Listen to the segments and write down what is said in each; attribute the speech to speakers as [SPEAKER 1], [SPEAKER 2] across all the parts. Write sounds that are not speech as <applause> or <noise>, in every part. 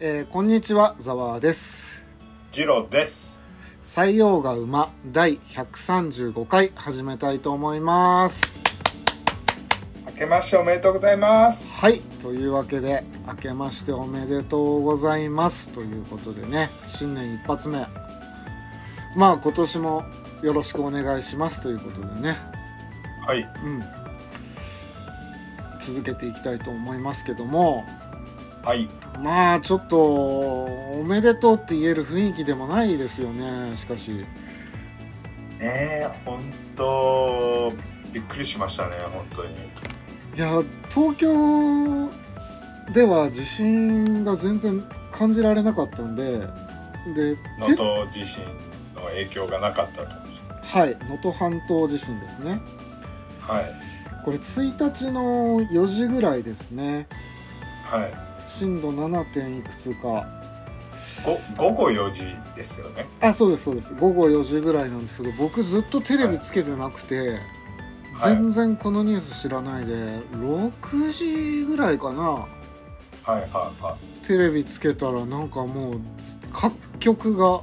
[SPEAKER 1] えーこんにちはざわです
[SPEAKER 2] ジロです。
[SPEAKER 1] 採用が馬第135回始めたいと思います
[SPEAKER 2] 明けましておめでとうございます。
[SPEAKER 1] はいというわけで明けましておめでとうございますということでね新年一発目まあ今年もよろしくお願いしますということでね
[SPEAKER 2] はい。
[SPEAKER 1] うん続けていきたいと思いますけども
[SPEAKER 2] はい。
[SPEAKER 1] まあちょっとおめでとうって言える雰囲気でもないですよねしかし
[SPEAKER 2] ねえ、本当びっくりしましたね、本当に。
[SPEAKER 1] いや東京では地震が全然感じられなかったんでで
[SPEAKER 2] 能
[SPEAKER 1] て
[SPEAKER 2] 登地震の影響がなかったと。
[SPEAKER 1] はい能登半島地震ですね
[SPEAKER 2] はい。
[SPEAKER 1] これ1日の4時ぐらいですね
[SPEAKER 2] は
[SPEAKER 1] 震度 7. 点いくつか
[SPEAKER 2] い。ご午後4時ですよね。
[SPEAKER 1] あそうですそうです午後4時ぐらいなんですけど僕ずっとテレビつけてなくて、
[SPEAKER 2] はい
[SPEAKER 1] 全然このニュース知らないで6時ぐらいかな
[SPEAKER 2] はいはいは
[SPEAKER 1] テレビつけたらなんかもう各局が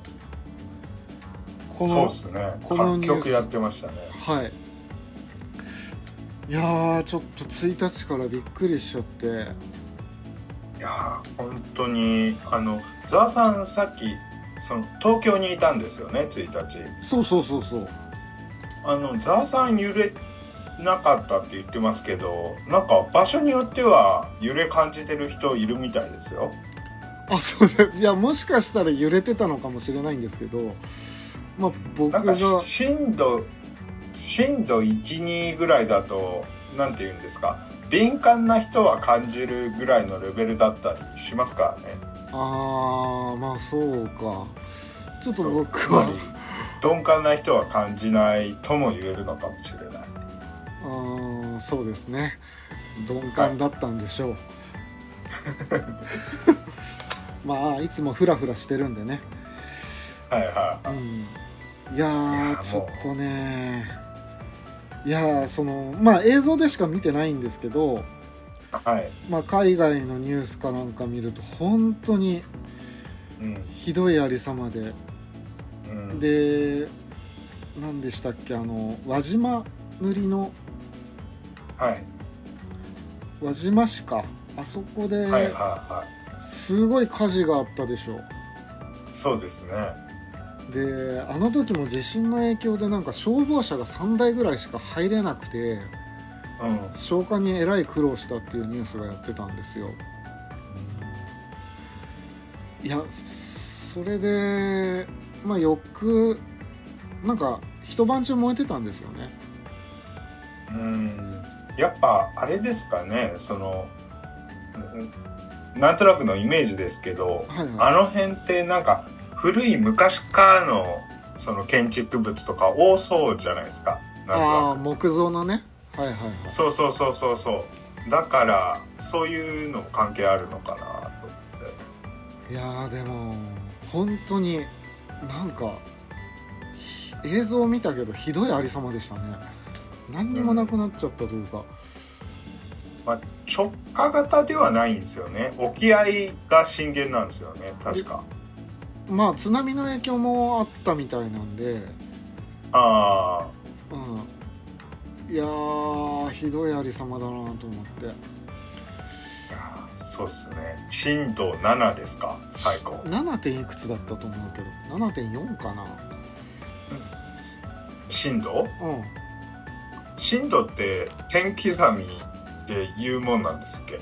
[SPEAKER 2] い。そうですね。
[SPEAKER 1] この
[SPEAKER 2] 各
[SPEAKER 1] ニュース
[SPEAKER 2] 局やってましたね。
[SPEAKER 1] はいいやーちょっと1日からびっくりしちゃって
[SPEAKER 2] いやー本当にあのザワさんさっきその東京にいたんですよね、1日。
[SPEAKER 1] そうそうそうそう
[SPEAKER 2] あのザワさん揺れなかったって言ってますけどなんか場所によっては揺れ感じてる人いるみたいですよ
[SPEAKER 1] あそうだいやもしかしたら揺れてたのかもしれないんですけどまあ僕
[SPEAKER 2] なん
[SPEAKER 1] が
[SPEAKER 2] かし震度震度12ぐらいだとなんて言うんですか敏感な人は感じるぐらいのレベルだったりしますからね
[SPEAKER 1] あーまあそうかちょっと
[SPEAKER 2] そう
[SPEAKER 1] 僕は
[SPEAKER 2] つまり鈍感な人は感じないとも言えるのかもしれない
[SPEAKER 1] あーそうですね鈍感だったんでしょう、 <laughs> まあいつもフラフラしてるんでね、
[SPEAKER 2] はいはいうはい、
[SPEAKER 1] ん、いやー
[SPEAKER 2] いやー
[SPEAKER 1] ちょっとねいやーそのまあ映像でしか見てないんですけど、
[SPEAKER 2] はい
[SPEAKER 1] まあ、海外のニュースかなんか見ると本当に
[SPEAKER 2] うん
[SPEAKER 1] ひどいありさまで
[SPEAKER 2] うん、
[SPEAKER 1] で何でしたっけあの輪島塗りの
[SPEAKER 2] はい
[SPEAKER 1] 輪島市かあそこで
[SPEAKER 2] はいはいはい
[SPEAKER 1] すごい火事があったでしょ
[SPEAKER 2] そうですね
[SPEAKER 1] であの時も地震の影響でなんか消防車が3台ぐらいしか入れなくて
[SPEAKER 2] うん
[SPEAKER 1] 消火にえらい苦労したっていうニュースがやってたんですよいやそれでまあ翌なんか一晩中燃えてたんですよね
[SPEAKER 2] うんやっぱあれですかねそのうんなんとなくのイメージですけど、
[SPEAKER 1] はいはい
[SPEAKER 2] あの辺ってなんか古い昔からのその建築物とか多そうじゃないですか
[SPEAKER 1] あ
[SPEAKER 2] な
[SPEAKER 1] あ
[SPEAKER 2] んか
[SPEAKER 1] 木造のねはいはいはい
[SPEAKER 2] そうそうそうそうそうだからそういうのも関係あるのかなと思っ
[SPEAKER 1] いやーでも本当になんかひ映像を見たけどひどいありさまでしたね何にもなくなっちゃったというか、
[SPEAKER 2] て、まあ、直下型ではないんですよね沖合が震源なんですよね確か
[SPEAKER 1] まあ津波の影響もあったみたいなんで
[SPEAKER 2] ああ
[SPEAKER 1] うんいやーひどいありさまだなと思って
[SPEAKER 2] いやーそうですね震度7ですか最高
[SPEAKER 1] 7. 点いくつだったと思うけど7.4かな
[SPEAKER 2] 震度
[SPEAKER 1] うん
[SPEAKER 2] 震度って天刻みって言うもんなんですっけ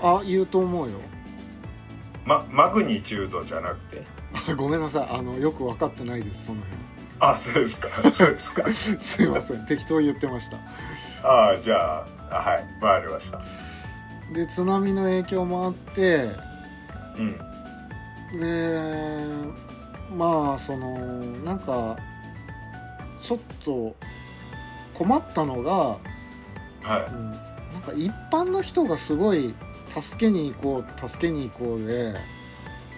[SPEAKER 1] あ言うと思うよ <laughs>
[SPEAKER 2] まマグニチュードじゃなくて
[SPEAKER 1] あごめんなさいあのよく分かってないですその
[SPEAKER 2] あそうですかそうですか
[SPEAKER 1] 辺 <laughs> すいません適当に言ってました
[SPEAKER 2] ああじゃああはいわかりました
[SPEAKER 1] で津波の影響もあって
[SPEAKER 2] うん
[SPEAKER 1] でまあそのなんかちょっと困ったのが、
[SPEAKER 2] はい
[SPEAKER 1] うんなんか一般の人がすごい助けに行こう助けに行こうで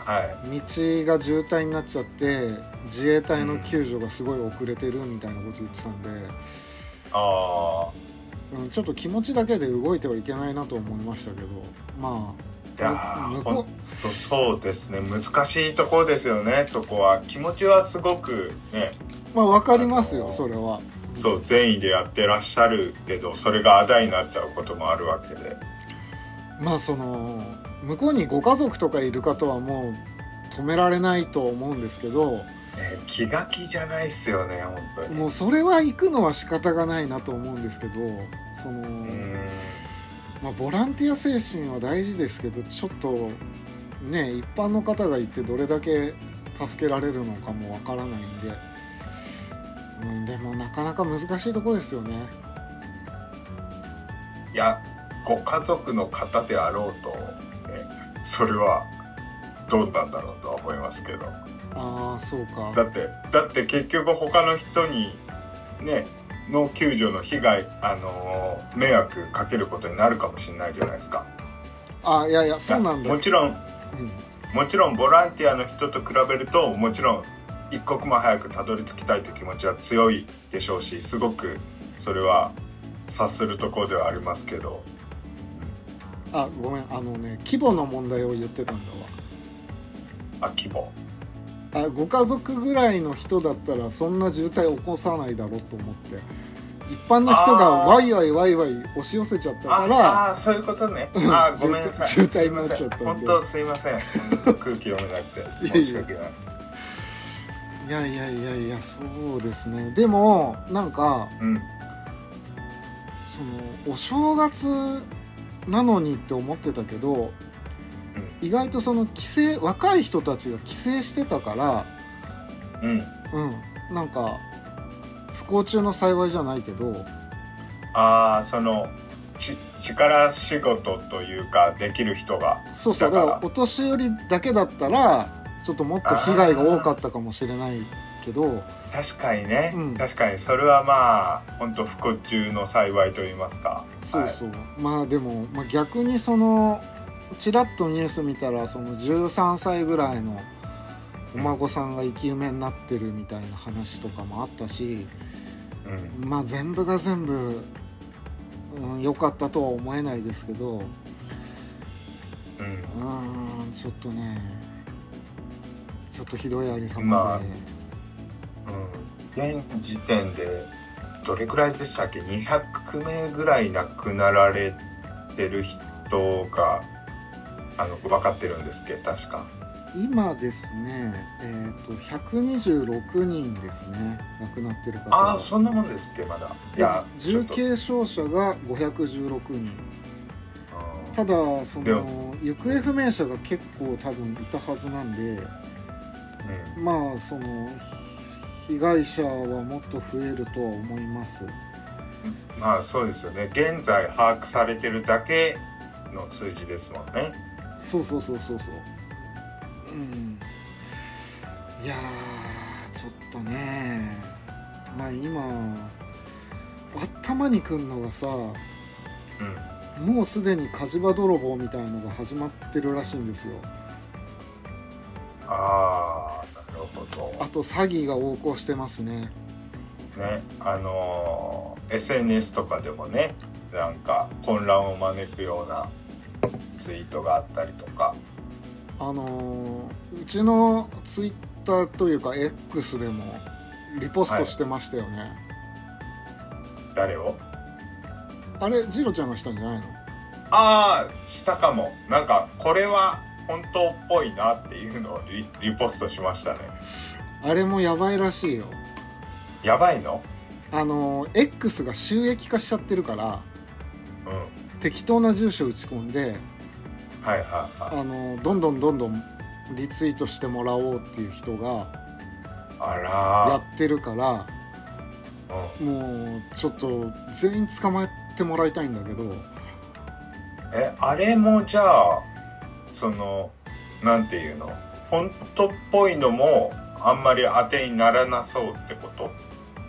[SPEAKER 2] はい
[SPEAKER 1] 道が渋滞になっちゃって自衛隊の救助がすごい遅れてるみたいなこと言ってたんで、
[SPEAKER 2] あ
[SPEAKER 1] うん、ちょっと気持ちだけで動いてはいけないなと思いましたけどまあ
[SPEAKER 2] いや
[SPEAKER 1] 向
[SPEAKER 2] ー
[SPEAKER 1] こ
[SPEAKER 2] 本当そうですね難しいところですよねそこは気持ちはすごくね
[SPEAKER 1] うまあ分かります
[SPEAKER 2] あ
[SPEAKER 1] よ
[SPEAKER 2] の
[SPEAKER 1] それは
[SPEAKER 2] そう善意でやってらっしゃるけどそれがあだになっちゃうこともあるわけで
[SPEAKER 1] まあその向こうにご家族とかいる方はもう止められないと思うんですけど
[SPEAKER 2] ね気が気じゃないっすよね本当に
[SPEAKER 1] もうそれは行くのは仕方がないなと思うんですけどその、
[SPEAKER 2] うーん
[SPEAKER 1] まあ、ボランティア精神は大事ですけどちょっとね一般の方が行ってどれだけ助けられるのかもわからないんで、うん、でもなかなか難しいとこですよね
[SPEAKER 2] いやご家族の方であろうと、ね、それはどうなんだろうとは思いますけど
[SPEAKER 1] ああそう
[SPEAKER 2] だ
[SPEAKER 1] か
[SPEAKER 2] ってだって結局他の人にねの救助の被害あのー迷惑かけることになるかもしれないじゃないですか
[SPEAKER 1] あいやいやそうなんだ、う
[SPEAKER 2] も
[SPEAKER 1] ん、
[SPEAKER 2] ちろんもちろんボランティアの人と比べるともちろん一刻も早くたどり着きたいという気持ちは強いでしょうしすごくそれは察するところではありますけど
[SPEAKER 1] あごめんあのね規模の問題を言ってたんだわ
[SPEAKER 2] あ規模
[SPEAKER 1] あご家族ぐらいの人だったらそんな渋滞起こさないだろうと思って一般の人が
[SPEAKER 2] あー
[SPEAKER 1] ワイワイワイワイ押し寄せちゃったから
[SPEAKER 2] ああーそういうことね
[SPEAKER 1] うん
[SPEAKER 2] あーごめんなさい
[SPEAKER 1] 渋
[SPEAKER 2] す
[SPEAKER 1] 滞
[SPEAKER 2] い
[SPEAKER 1] 渋滞にな
[SPEAKER 2] ま
[SPEAKER 1] っち
[SPEAKER 2] せ
[SPEAKER 1] ゃ
[SPEAKER 2] ん
[SPEAKER 1] ったんで
[SPEAKER 2] 本当すいません
[SPEAKER 1] <laughs>
[SPEAKER 2] 空気読めなく
[SPEAKER 1] い
[SPEAKER 2] て
[SPEAKER 1] やいや
[SPEAKER 2] 申し訳ない
[SPEAKER 1] いやいやいやいやそうですねでもなんか
[SPEAKER 2] うん
[SPEAKER 1] そのお正月なのにって思ってたけど意外とその帰省若い人たちが帰省してたから
[SPEAKER 2] うん
[SPEAKER 1] うんなんか不幸中の幸いじゃないけど
[SPEAKER 2] ああそのち力仕事というかできる人が
[SPEAKER 1] そうそうだ
[SPEAKER 2] だ
[SPEAKER 1] か
[SPEAKER 2] から
[SPEAKER 1] らお年寄りだけだったらちょっともっと被害が多かったかもしれないけど
[SPEAKER 2] 確かにね、
[SPEAKER 1] うん
[SPEAKER 2] 確かにそれはまあ本当不幸中の幸いと言いますか
[SPEAKER 1] そうそう、まあでも、まあ、逆にそのちらっとニュース見たらその13歳ぐらいのお孫さんが生き埋めになってるみたいな話とかもあったし
[SPEAKER 2] はいうん
[SPEAKER 1] まあ全部が全部うん良、かったとは思えないですけど
[SPEAKER 2] うん
[SPEAKER 1] うーんちょっとねちょっとひどいありさまで、
[SPEAKER 2] まあうん、現時点でどれくらいでしたっけ200名ぐらい亡くなられてる人があの分かってるんですっけ確か
[SPEAKER 1] 今ですねえっ、と126人ですね亡くなってる方が
[SPEAKER 2] ああそんなもんですっけまだい
[SPEAKER 1] で
[SPEAKER 2] やちょ
[SPEAKER 1] 重
[SPEAKER 2] っと
[SPEAKER 1] 軽傷者が516人ただそ
[SPEAKER 2] では
[SPEAKER 1] の行方不明者が結構多分いたはずなんで
[SPEAKER 2] うんうん
[SPEAKER 1] まあそのひ被害者はもっと増えるとは思います
[SPEAKER 2] まあそうですよね現在把握されてるだけの数字ですもんね
[SPEAKER 1] そうそうそうそうそううんいやーちょっとねまあ今頭にくんのがさ
[SPEAKER 2] うん
[SPEAKER 1] もうすでに火事場泥棒みたいのが始まってるらしいんですよ
[SPEAKER 2] ああなるほど
[SPEAKER 1] あと詐欺が横行してますね
[SPEAKER 2] ねあのー SNS とかでもねなんか混乱を招くようなツイートがあったりとか
[SPEAKER 1] あのーうちのツイッターというか X でもリポストしてましたよね、
[SPEAKER 2] 誰を
[SPEAKER 1] あれジロちゃんがしたんじゃないの
[SPEAKER 2] ああしたかもなんかこれは本当っぽいなっていうのをリリポストしましたね
[SPEAKER 1] あれもやばいらしいよ
[SPEAKER 2] やばいの
[SPEAKER 1] あのー X が収益化しちゃってるから
[SPEAKER 2] うん
[SPEAKER 1] 適当な住所打ち込んで、
[SPEAKER 2] はいはいはい
[SPEAKER 1] あのーどんどんどんどんリツイートしてもらおうっていう人が
[SPEAKER 2] あ
[SPEAKER 1] や
[SPEAKER 2] ら
[SPEAKER 1] ってるから
[SPEAKER 2] ー、うん、
[SPEAKER 1] もうちょっと全員捕まえてもらいたいんだけど
[SPEAKER 2] えあれもじゃあそのなんていうの本当っぽいのもあんまり当てにならなそうってこと、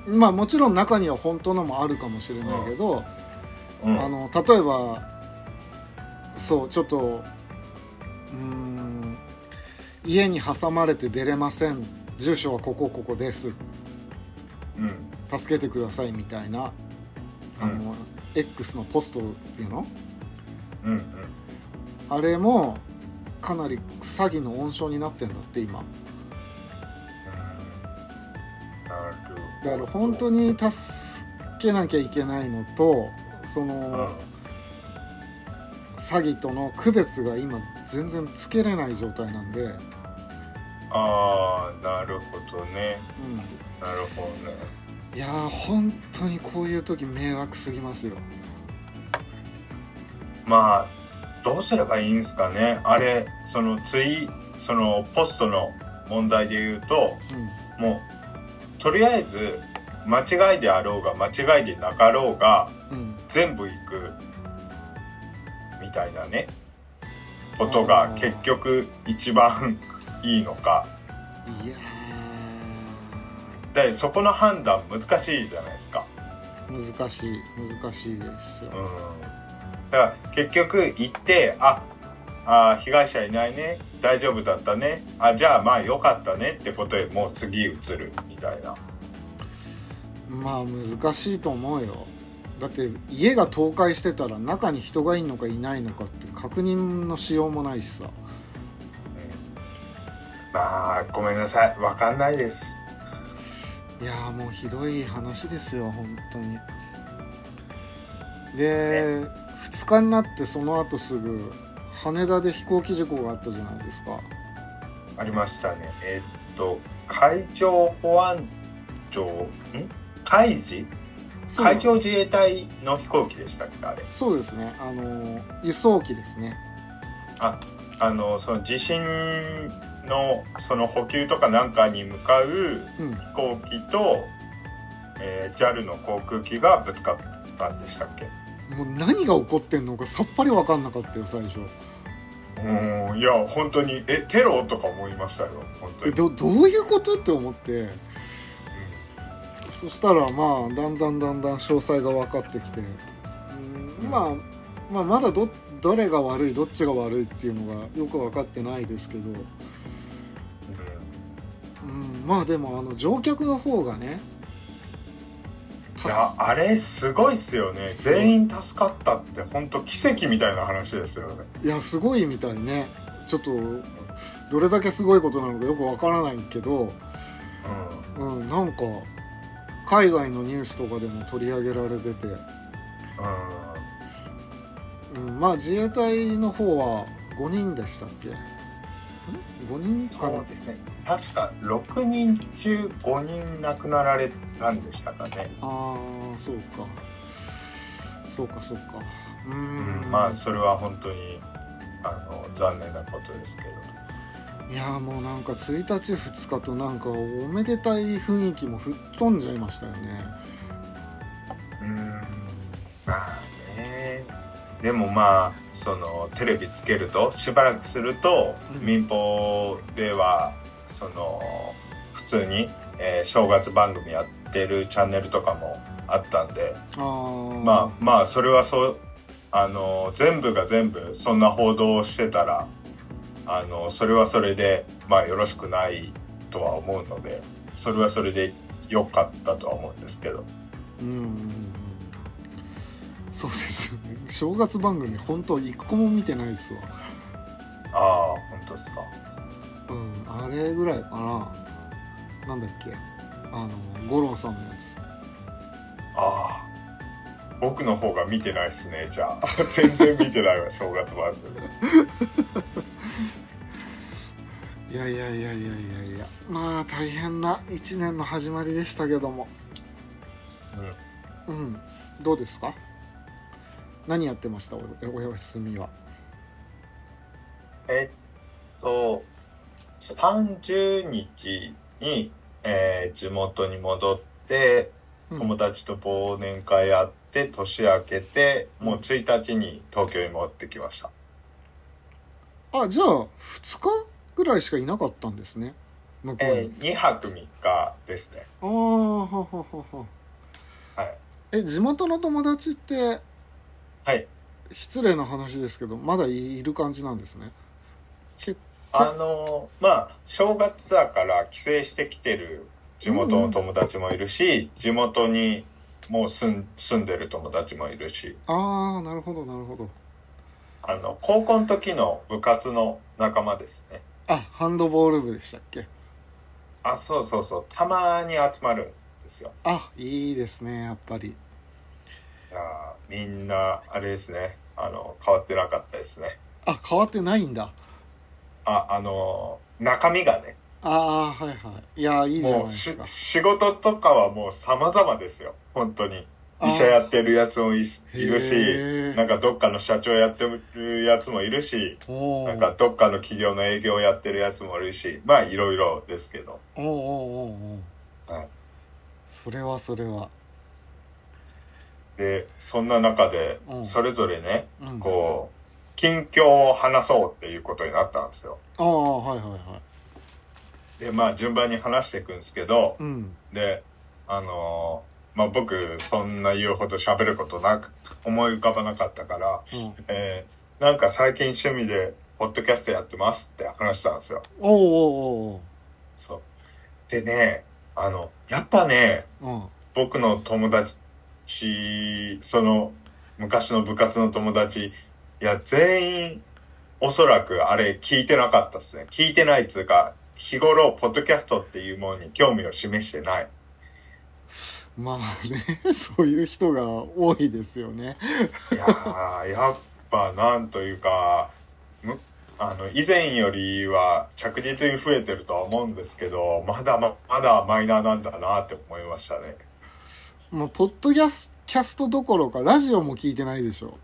[SPEAKER 1] まあもちろん中には本当のもあるかもしれないけど、
[SPEAKER 2] うん、
[SPEAKER 1] あ
[SPEAKER 2] あ
[SPEAKER 1] の例えばそうちょっとうーん家に挟まれて出れません住所はここここです
[SPEAKER 2] うん
[SPEAKER 1] 助けてくださいみたいなあの、X のポストっていうの
[SPEAKER 2] うんうん
[SPEAKER 1] あれもかなり詐欺の温床になってんだって今だから本当
[SPEAKER 2] に、
[SPEAKER 1] に助けなきゃいけないのとそ
[SPEAKER 2] うん
[SPEAKER 1] の詐欺との区別が今全然つけれない状態なんで、うん、
[SPEAKER 2] ああなるほどねなるほどね
[SPEAKER 1] いやー本当にこういう時迷惑すぎますよ
[SPEAKER 2] まあどうすればいいんですかねあれそのツイそのポストの問題で言うと
[SPEAKER 1] う
[SPEAKER 2] もうとりあえず間違いであろうが間違いでなかろうが
[SPEAKER 1] んうん
[SPEAKER 2] 全部いくみたいなねことが結局一番 <laughs> いいのか
[SPEAKER 1] いや
[SPEAKER 2] でそこの判断難しいじゃないですか。
[SPEAKER 1] ー難しい難しいですよ
[SPEAKER 2] うん、だから結局行ってああー被害者いないね大丈夫だったねあじゃあまあよかったねってことでもう次移るみたいな。
[SPEAKER 1] まあ難しいと思うよだって家が倒壊してたら中に人がいるのかいないのかって確認のしようもないしさ
[SPEAKER 2] まあごめんなさいわかんないです。
[SPEAKER 1] いやーもうひどい話ですよ本当にで2日になってその後すぐ羽田で飛行機事故があったじゃないですか
[SPEAKER 2] ありましたね。えーっと海上保安庁ん海自
[SPEAKER 1] そう
[SPEAKER 2] 海上自衛隊の飛行機でしたっけあれ
[SPEAKER 1] そうですねあのー輸送機ですね
[SPEAKER 2] ああのその地震のその補給とかなんかに向かう
[SPEAKER 1] うん
[SPEAKER 2] 飛行機と、えー JAL の航空機がぶつかったんでしたっけ
[SPEAKER 1] もう何が起こってんのかさっぱり分かんなかったよ最初
[SPEAKER 2] うーんいや本当にえテロとか思いましたよ本当
[SPEAKER 1] え
[SPEAKER 2] に、
[SPEAKER 1] どどういうことって思ってそしたらまあだんだんだんだん詳細が分かってきて、うんまあ、まあまだどどれが悪いどっちが悪いっていうのがよく分かってないですけど、
[SPEAKER 2] うんうん
[SPEAKER 1] うん、まあでもあの乗客の方がね
[SPEAKER 2] い
[SPEAKER 1] た
[SPEAKER 2] や
[SPEAKER 1] す
[SPEAKER 2] あれすごいっすよね
[SPEAKER 1] すごい
[SPEAKER 2] 全員助かったって本当奇跡みたいな話ですよね
[SPEAKER 1] いやすごいみたいねちょっとどれだけすごいことなのかよく分からないけど、うん、なんか海外のニュースとかでも取り上げられてて。
[SPEAKER 2] うん、うん
[SPEAKER 1] うん、まあ自衛隊の方は5人でしたっけん ?5 人か
[SPEAKER 2] そ
[SPEAKER 1] な
[SPEAKER 2] うですね確か6人中5人亡くなられたんでしたかね、
[SPEAKER 1] ああそうかそうかそうかうーん
[SPEAKER 2] うんまあそれは本当にあの残念なことですけど
[SPEAKER 1] いやーもうなんか1日2日となんかおめでたい雰囲気も吹っ飛んじゃいましたよね
[SPEAKER 2] うんまあねでもまあそのテレビつけるとしばらくすると、
[SPEAKER 1] うん
[SPEAKER 2] 民放ではその普通に、えー正月番組やってるチャンネルとかもあったんで
[SPEAKER 1] あー
[SPEAKER 2] まあまあそれはそうあの全部が全部そんな報道をしてたらあのそれはそれでまあよろしくないとは思うのでそれはそれで良かったとは思うんですけど
[SPEAKER 1] うんうんうんそうですよね正月番組本当一個も見てないですわ
[SPEAKER 2] ああ本当ですか
[SPEAKER 1] うんあれぐらいかななんだっけあの五郎さんのやつ
[SPEAKER 2] ああ僕の方が見てないですねじゃあ <laughs> 全然見てないわ正月番組
[SPEAKER 1] いやいやいやいやいやいやまあ大変な1年の始まりでしたけども
[SPEAKER 2] うん
[SPEAKER 1] うんどうですか何やってましたおお休みは
[SPEAKER 2] えっと30日に、えー地元に戻って
[SPEAKER 1] うん
[SPEAKER 2] 友達と忘年会やって年明けてもう1日に東京に戻ってきました
[SPEAKER 1] あじゃあ2日ぐらいしかいなかったんですね向こう
[SPEAKER 2] え
[SPEAKER 1] に、
[SPEAKER 2] 2泊3日ですね
[SPEAKER 1] ああはははは
[SPEAKER 2] はい
[SPEAKER 1] え地元の友達って
[SPEAKER 2] はい
[SPEAKER 1] 失礼な話ですけどまだいる感じなんですね結
[SPEAKER 2] あのーまあ正月だから帰省してきてる地元の友達もいるし、地元にもう住ん住んでる友達もいるし
[SPEAKER 1] ああなるほどなるほど
[SPEAKER 2] あの高校の時の部活の仲間ですね
[SPEAKER 1] あハンドボール部でしたっけ
[SPEAKER 2] あそうそうそうたまに集まるんですよ
[SPEAKER 1] あいいですねやっぱり
[SPEAKER 2] いやーみんなあれですねあの変わってなかったですね
[SPEAKER 1] あ変わってないんだ
[SPEAKER 2] ああの中身がね
[SPEAKER 1] ああーはいはいいやいいじゃない
[SPEAKER 2] も
[SPEAKER 1] で
[SPEAKER 2] う
[SPEAKER 1] す
[SPEAKER 2] し
[SPEAKER 1] か
[SPEAKER 2] 仕事とかはもう様々ですよ本当に
[SPEAKER 1] あー
[SPEAKER 2] 医者やってるやつもいしいる
[SPEAKER 1] へ
[SPEAKER 2] し
[SPEAKER 1] ー
[SPEAKER 2] なんかどっかの社長やってるやつもいるし
[SPEAKER 1] おー
[SPEAKER 2] なんかどっかの企業の営業やってるやつもいるしまあいろいろですけど
[SPEAKER 1] おうおうおうおう
[SPEAKER 2] はい
[SPEAKER 1] それはそれは
[SPEAKER 2] でそんな中で
[SPEAKER 1] うん
[SPEAKER 2] それぞれね
[SPEAKER 1] うん
[SPEAKER 2] こう近況を話そうっていうことになったんですよ
[SPEAKER 1] ああはいはいはい
[SPEAKER 2] でまあ順番に話していくんですけど
[SPEAKER 1] うん
[SPEAKER 2] であのーまあ僕そんな言うほど喋ることなく思い浮かばなかったから
[SPEAKER 1] うん
[SPEAKER 2] えーなんか最近趣味でポッドキャストやってますって話したんですよ。
[SPEAKER 1] おうおうおう
[SPEAKER 2] そう。でね、あの、やっぱね、
[SPEAKER 1] おううん
[SPEAKER 2] 僕の友達、その昔の部活の友達、いや、全員、おそらくあれ聞いてなかったですね。聞いてないっつうか、日頃、ポッドキャストっていうものに興味を示してない。
[SPEAKER 1] まあね <laughs> そういう人が多いですよね
[SPEAKER 2] いやー、やっぱなんというか、むあの、以前よりは着実に増えてるとは思うんですけど、まだままだマイナーなんだなって思いましたね。
[SPEAKER 1] まあポッドキャスキャストどころかラジオも聞いてないでしょ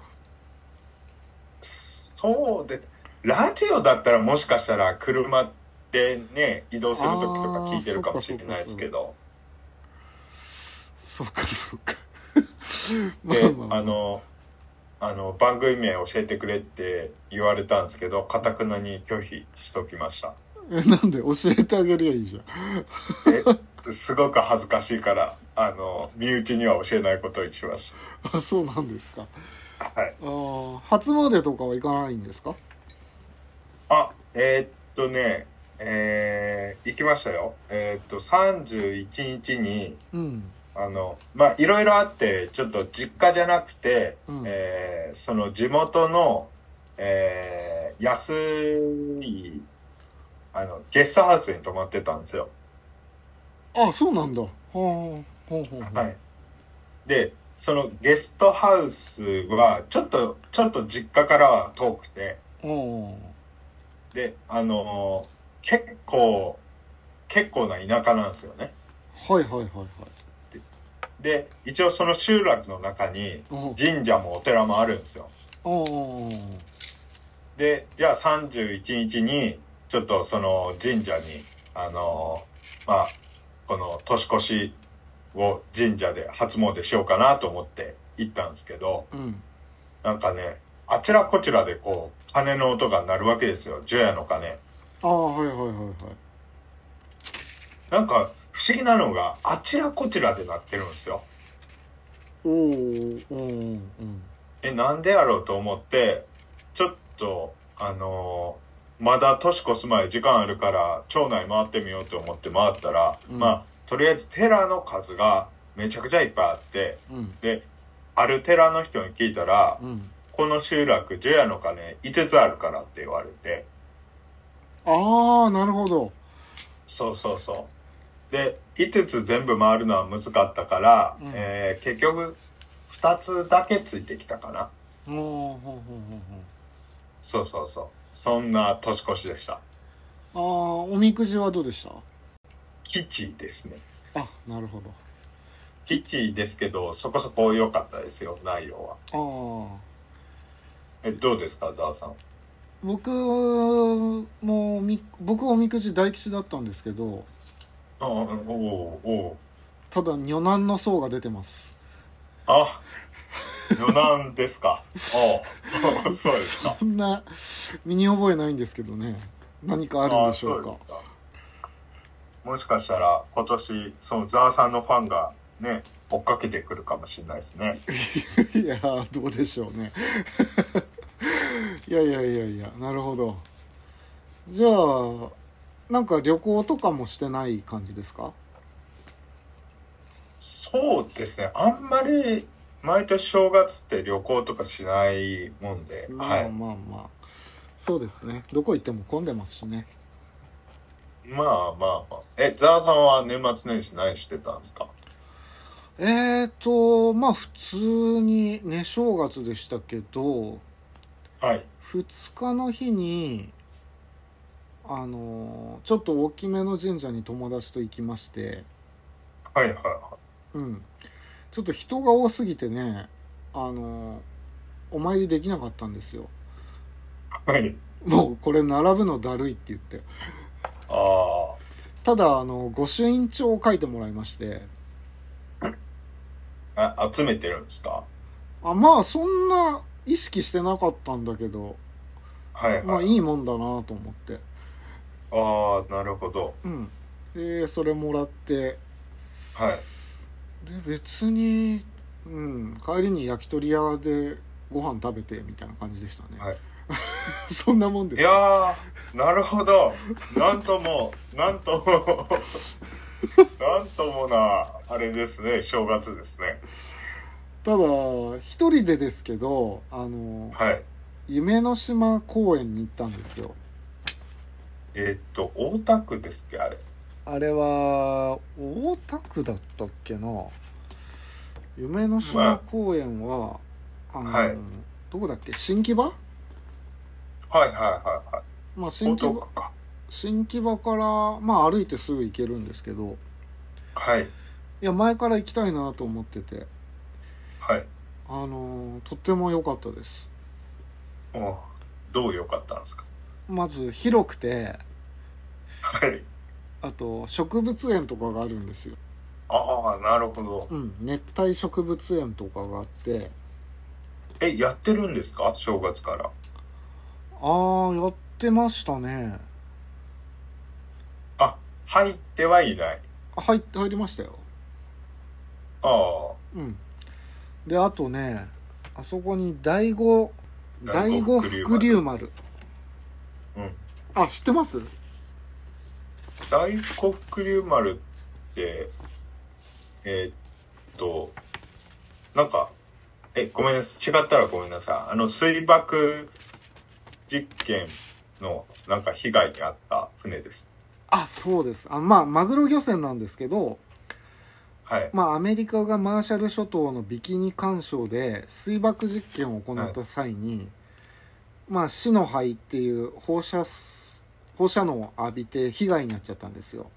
[SPEAKER 2] そうで、ラジオだったらもしかしたら車でね、移動する時とか聞いてるかもしれないですけど、
[SPEAKER 1] そっかそっ
[SPEAKER 2] <laughs>
[SPEAKER 1] かま
[SPEAKER 2] で、
[SPEAKER 1] あまあ
[SPEAKER 2] あの、あの、番組名教えてくれって言われたんですけど、かたくなに拒否しときました。
[SPEAKER 1] えなんで教えてあげりゃいいじゃん
[SPEAKER 2] えすごく恥ずかしいから、あの、身内には教えないことにしまし
[SPEAKER 1] あそうなんですか
[SPEAKER 2] た。はい。
[SPEAKER 1] あー初詣とかは行かないんですか
[SPEAKER 2] あ、えーっとね、えー行きましたよ。えーっと、31日に、
[SPEAKER 1] うん
[SPEAKER 2] あの、まあ、いろいろあって、ちょっと実家じゃなくて、
[SPEAKER 1] うん
[SPEAKER 2] えーその地元の、えー安い、あの、ゲストハウスに泊まってたんですよ。
[SPEAKER 1] あそうなんだはあほうほうほう
[SPEAKER 2] はい。で、そのゲストハウスは、ちょっと、ちょっと実家からは遠くて、
[SPEAKER 1] おー
[SPEAKER 2] で、あのー結構、結構な田舎なんですよね。
[SPEAKER 1] はいはいはいはい
[SPEAKER 2] で、一応その集落の中に
[SPEAKER 1] おー
[SPEAKER 2] 神社もお寺もあるんですよ。
[SPEAKER 1] おー
[SPEAKER 2] で、じゃあ31日に、ちょっとその神社に、あのーまあ、この年越しを神社で初詣しようかなと思って行ったんですけど、
[SPEAKER 1] うん
[SPEAKER 2] なんかね、あちらこちらでこう、鐘の音が鳴るわけですよ。除夜の鐘。
[SPEAKER 1] ああはいはいはいはい
[SPEAKER 2] なんか、不思議なのが、あちらこちらで鳴ってるんですよ。
[SPEAKER 1] おーおーうん
[SPEAKER 2] えなんでやろうと思ってちょっとあのーまだ年越す前時間あるから町内回ってみようと思って回ったら、
[SPEAKER 1] うん
[SPEAKER 2] まあとりあえず寺の数がめちゃくちゃいっぱいあって
[SPEAKER 1] うん
[SPEAKER 2] である寺の人に聞いたら
[SPEAKER 1] う、ん
[SPEAKER 2] この集落除夜の鐘5つあるからって言われて
[SPEAKER 1] ああなるほど
[SPEAKER 2] そうそうそうで5つ全部回るのは難かったから、
[SPEAKER 1] うん
[SPEAKER 2] えー結局2つだけついてきたかな
[SPEAKER 1] おーほうほうほう
[SPEAKER 2] そうそうそうそんな年越しでした
[SPEAKER 1] ほうああおみくじはどうでした
[SPEAKER 2] 吉ですね。
[SPEAKER 1] あなるほど
[SPEAKER 2] 吉ですけど、そこそこ良かったですよ、内容は。
[SPEAKER 1] ああ
[SPEAKER 2] え、どうですか、ざわさん。
[SPEAKER 1] 僕もみ僕おみくじ大吉だったんですけど
[SPEAKER 2] あ、おおお
[SPEAKER 1] ただ女難の層が出てます
[SPEAKER 2] あ、余談ですか。お <laughs> そうですか。
[SPEAKER 1] そんな身に覚えないんですけどね何かあるんでしょうか
[SPEAKER 2] あそうですかもしかしたら、今年、そのざわさんのファンが、ね、追っかけてくるかもしれないですね。
[SPEAKER 1] <laughs> いやーどうでしょうね <laughs> いやいやいやいやなるほどじゃあなんか旅行とかもしてない感じですか
[SPEAKER 2] そうですね。あんまり毎年正月って旅行とかしないもんで、
[SPEAKER 1] ま
[SPEAKER 2] は
[SPEAKER 1] あ
[SPEAKER 2] い。
[SPEAKER 1] まあまあそうですねどこ行っても混んでますしね
[SPEAKER 2] まあまあまあ。え、ザワさんは年末年始何してたんですか
[SPEAKER 1] えーとまあ普通にね正月でしたけど
[SPEAKER 2] はい。
[SPEAKER 1] 2日の日にあのちょっと大きめの神社に友達と行きまして
[SPEAKER 2] はいはいは
[SPEAKER 1] うんちょっと人が多すぎてねあのお参りできなかったんですよ
[SPEAKER 2] い。はい。
[SPEAKER 1] もうこれ並ぶのだるいって言って
[SPEAKER 2] あ
[SPEAKER 1] ただあの御朱印帳を書いてもらいまして
[SPEAKER 2] あ。あ、集めてるんですか
[SPEAKER 1] あまあそんな意識してなかったんだけど
[SPEAKER 2] はいはい。
[SPEAKER 1] まあいいもんだなと思って
[SPEAKER 2] ああ、なるほど。
[SPEAKER 1] うんでそれもらって
[SPEAKER 2] はい。
[SPEAKER 1] で別に、うん、帰りに焼き鳥屋でご飯食べてみたいな感じでしたね、
[SPEAKER 2] はい
[SPEAKER 1] <laughs> そんなもんで
[SPEAKER 2] い
[SPEAKER 1] す
[SPEAKER 2] やー、なるほど。なんとも、なんとも、なんともな、あれですね、正月ですね。
[SPEAKER 1] ただ一人でですけどあの
[SPEAKER 2] はい。
[SPEAKER 1] 夢の島公園に行ったんですよ
[SPEAKER 2] えーっと、大田区ですっけ、あれ。
[SPEAKER 1] あれは大田区だったっけな夢の島公園は、あの
[SPEAKER 2] はい
[SPEAKER 1] どこだっけ新木場
[SPEAKER 2] はいはいはいはい。
[SPEAKER 1] まあ新
[SPEAKER 2] 大
[SPEAKER 1] 木
[SPEAKER 2] 田
[SPEAKER 1] 場
[SPEAKER 2] 区か。
[SPEAKER 1] 新木場から、まあ、歩いてすぐ行けるんですけど
[SPEAKER 2] はい。
[SPEAKER 1] いや前から行きたいなと思ってて
[SPEAKER 2] はい。
[SPEAKER 1] あのーとっても良かったです
[SPEAKER 2] おどう良かったんですか
[SPEAKER 1] まず広くて
[SPEAKER 2] はい。
[SPEAKER 1] あと植物園とかがあるんですよ、
[SPEAKER 2] ああ、なるほど。
[SPEAKER 1] うん、熱帯植物園とかがあって
[SPEAKER 2] え、やってるんですか正月から。
[SPEAKER 1] ああやってましたね
[SPEAKER 2] あ、入ってはいない。
[SPEAKER 1] あ入っ入りましたよ
[SPEAKER 2] ああ、
[SPEAKER 1] うんであとねあそこに第五第
[SPEAKER 2] 第
[SPEAKER 1] 五
[SPEAKER 2] 五
[SPEAKER 1] 伏
[SPEAKER 2] 伏
[SPEAKER 1] 竜
[SPEAKER 2] 竜
[SPEAKER 1] 丸
[SPEAKER 2] うん。
[SPEAKER 1] あ知ってます
[SPEAKER 2] 大黒竜丸ってえーっとなんかえごめんなさい違ったらごめんなさいあの水爆実験のなんか被害に遭った船です
[SPEAKER 1] あそうですあまあマグロ漁船なんですけど
[SPEAKER 2] はい
[SPEAKER 1] まあ、アメリカがマーシャル諸島のビキニ干渉で水爆実験を行った際に、まあ、死の灰っていう放射す放射能を浴びて被害になっちゃったんですよ。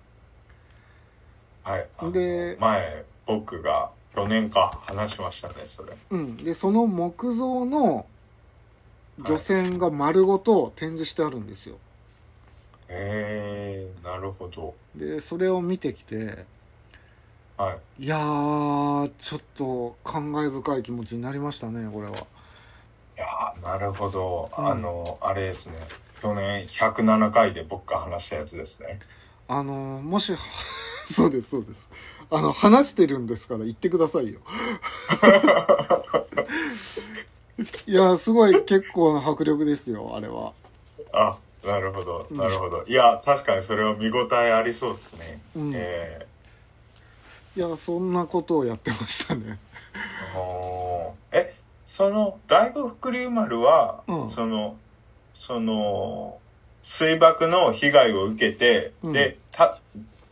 [SPEAKER 2] はいあの
[SPEAKER 1] で
[SPEAKER 2] 前僕が去年か話しましたねそれ
[SPEAKER 1] うん、でその木造の漁船が丸ごと展示してあるんですよ。
[SPEAKER 2] えー、なるほど
[SPEAKER 1] でそれを見てきて
[SPEAKER 2] はい
[SPEAKER 1] いやーちょっと感慨深い気持ちになりましたねこれは。
[SPEAKER 2] いやーなるほど、
[SPEAKER 1] うん
[SPEAKER 2] あのあれですね去年107回で僕が話したやつですね
[SPEAKER 1] あのもし <laughs> そうですそうですあの話してるんですから言ってくださいよ <laughs> いやすごい結構な迫力ですよあれは
[SPEAKER 2] あなるほど
[SPEAKER 1] うん
[SPEAKER 2] なるほど、いや確かにそれは見応えありそうですね、
[SPEAKER 1] うん
[SPEAKER 2] え
[SPEAKER 1] いやそんなことをやってましたね
[SPEAKER 2] ーおーえその大悟福竜丸は、
[SPEAKER 1] うん
[SPEAKER 2] そのその水爆の被害を受けて、
[SPEAKER 1] うん
[SPEAKER 2] でた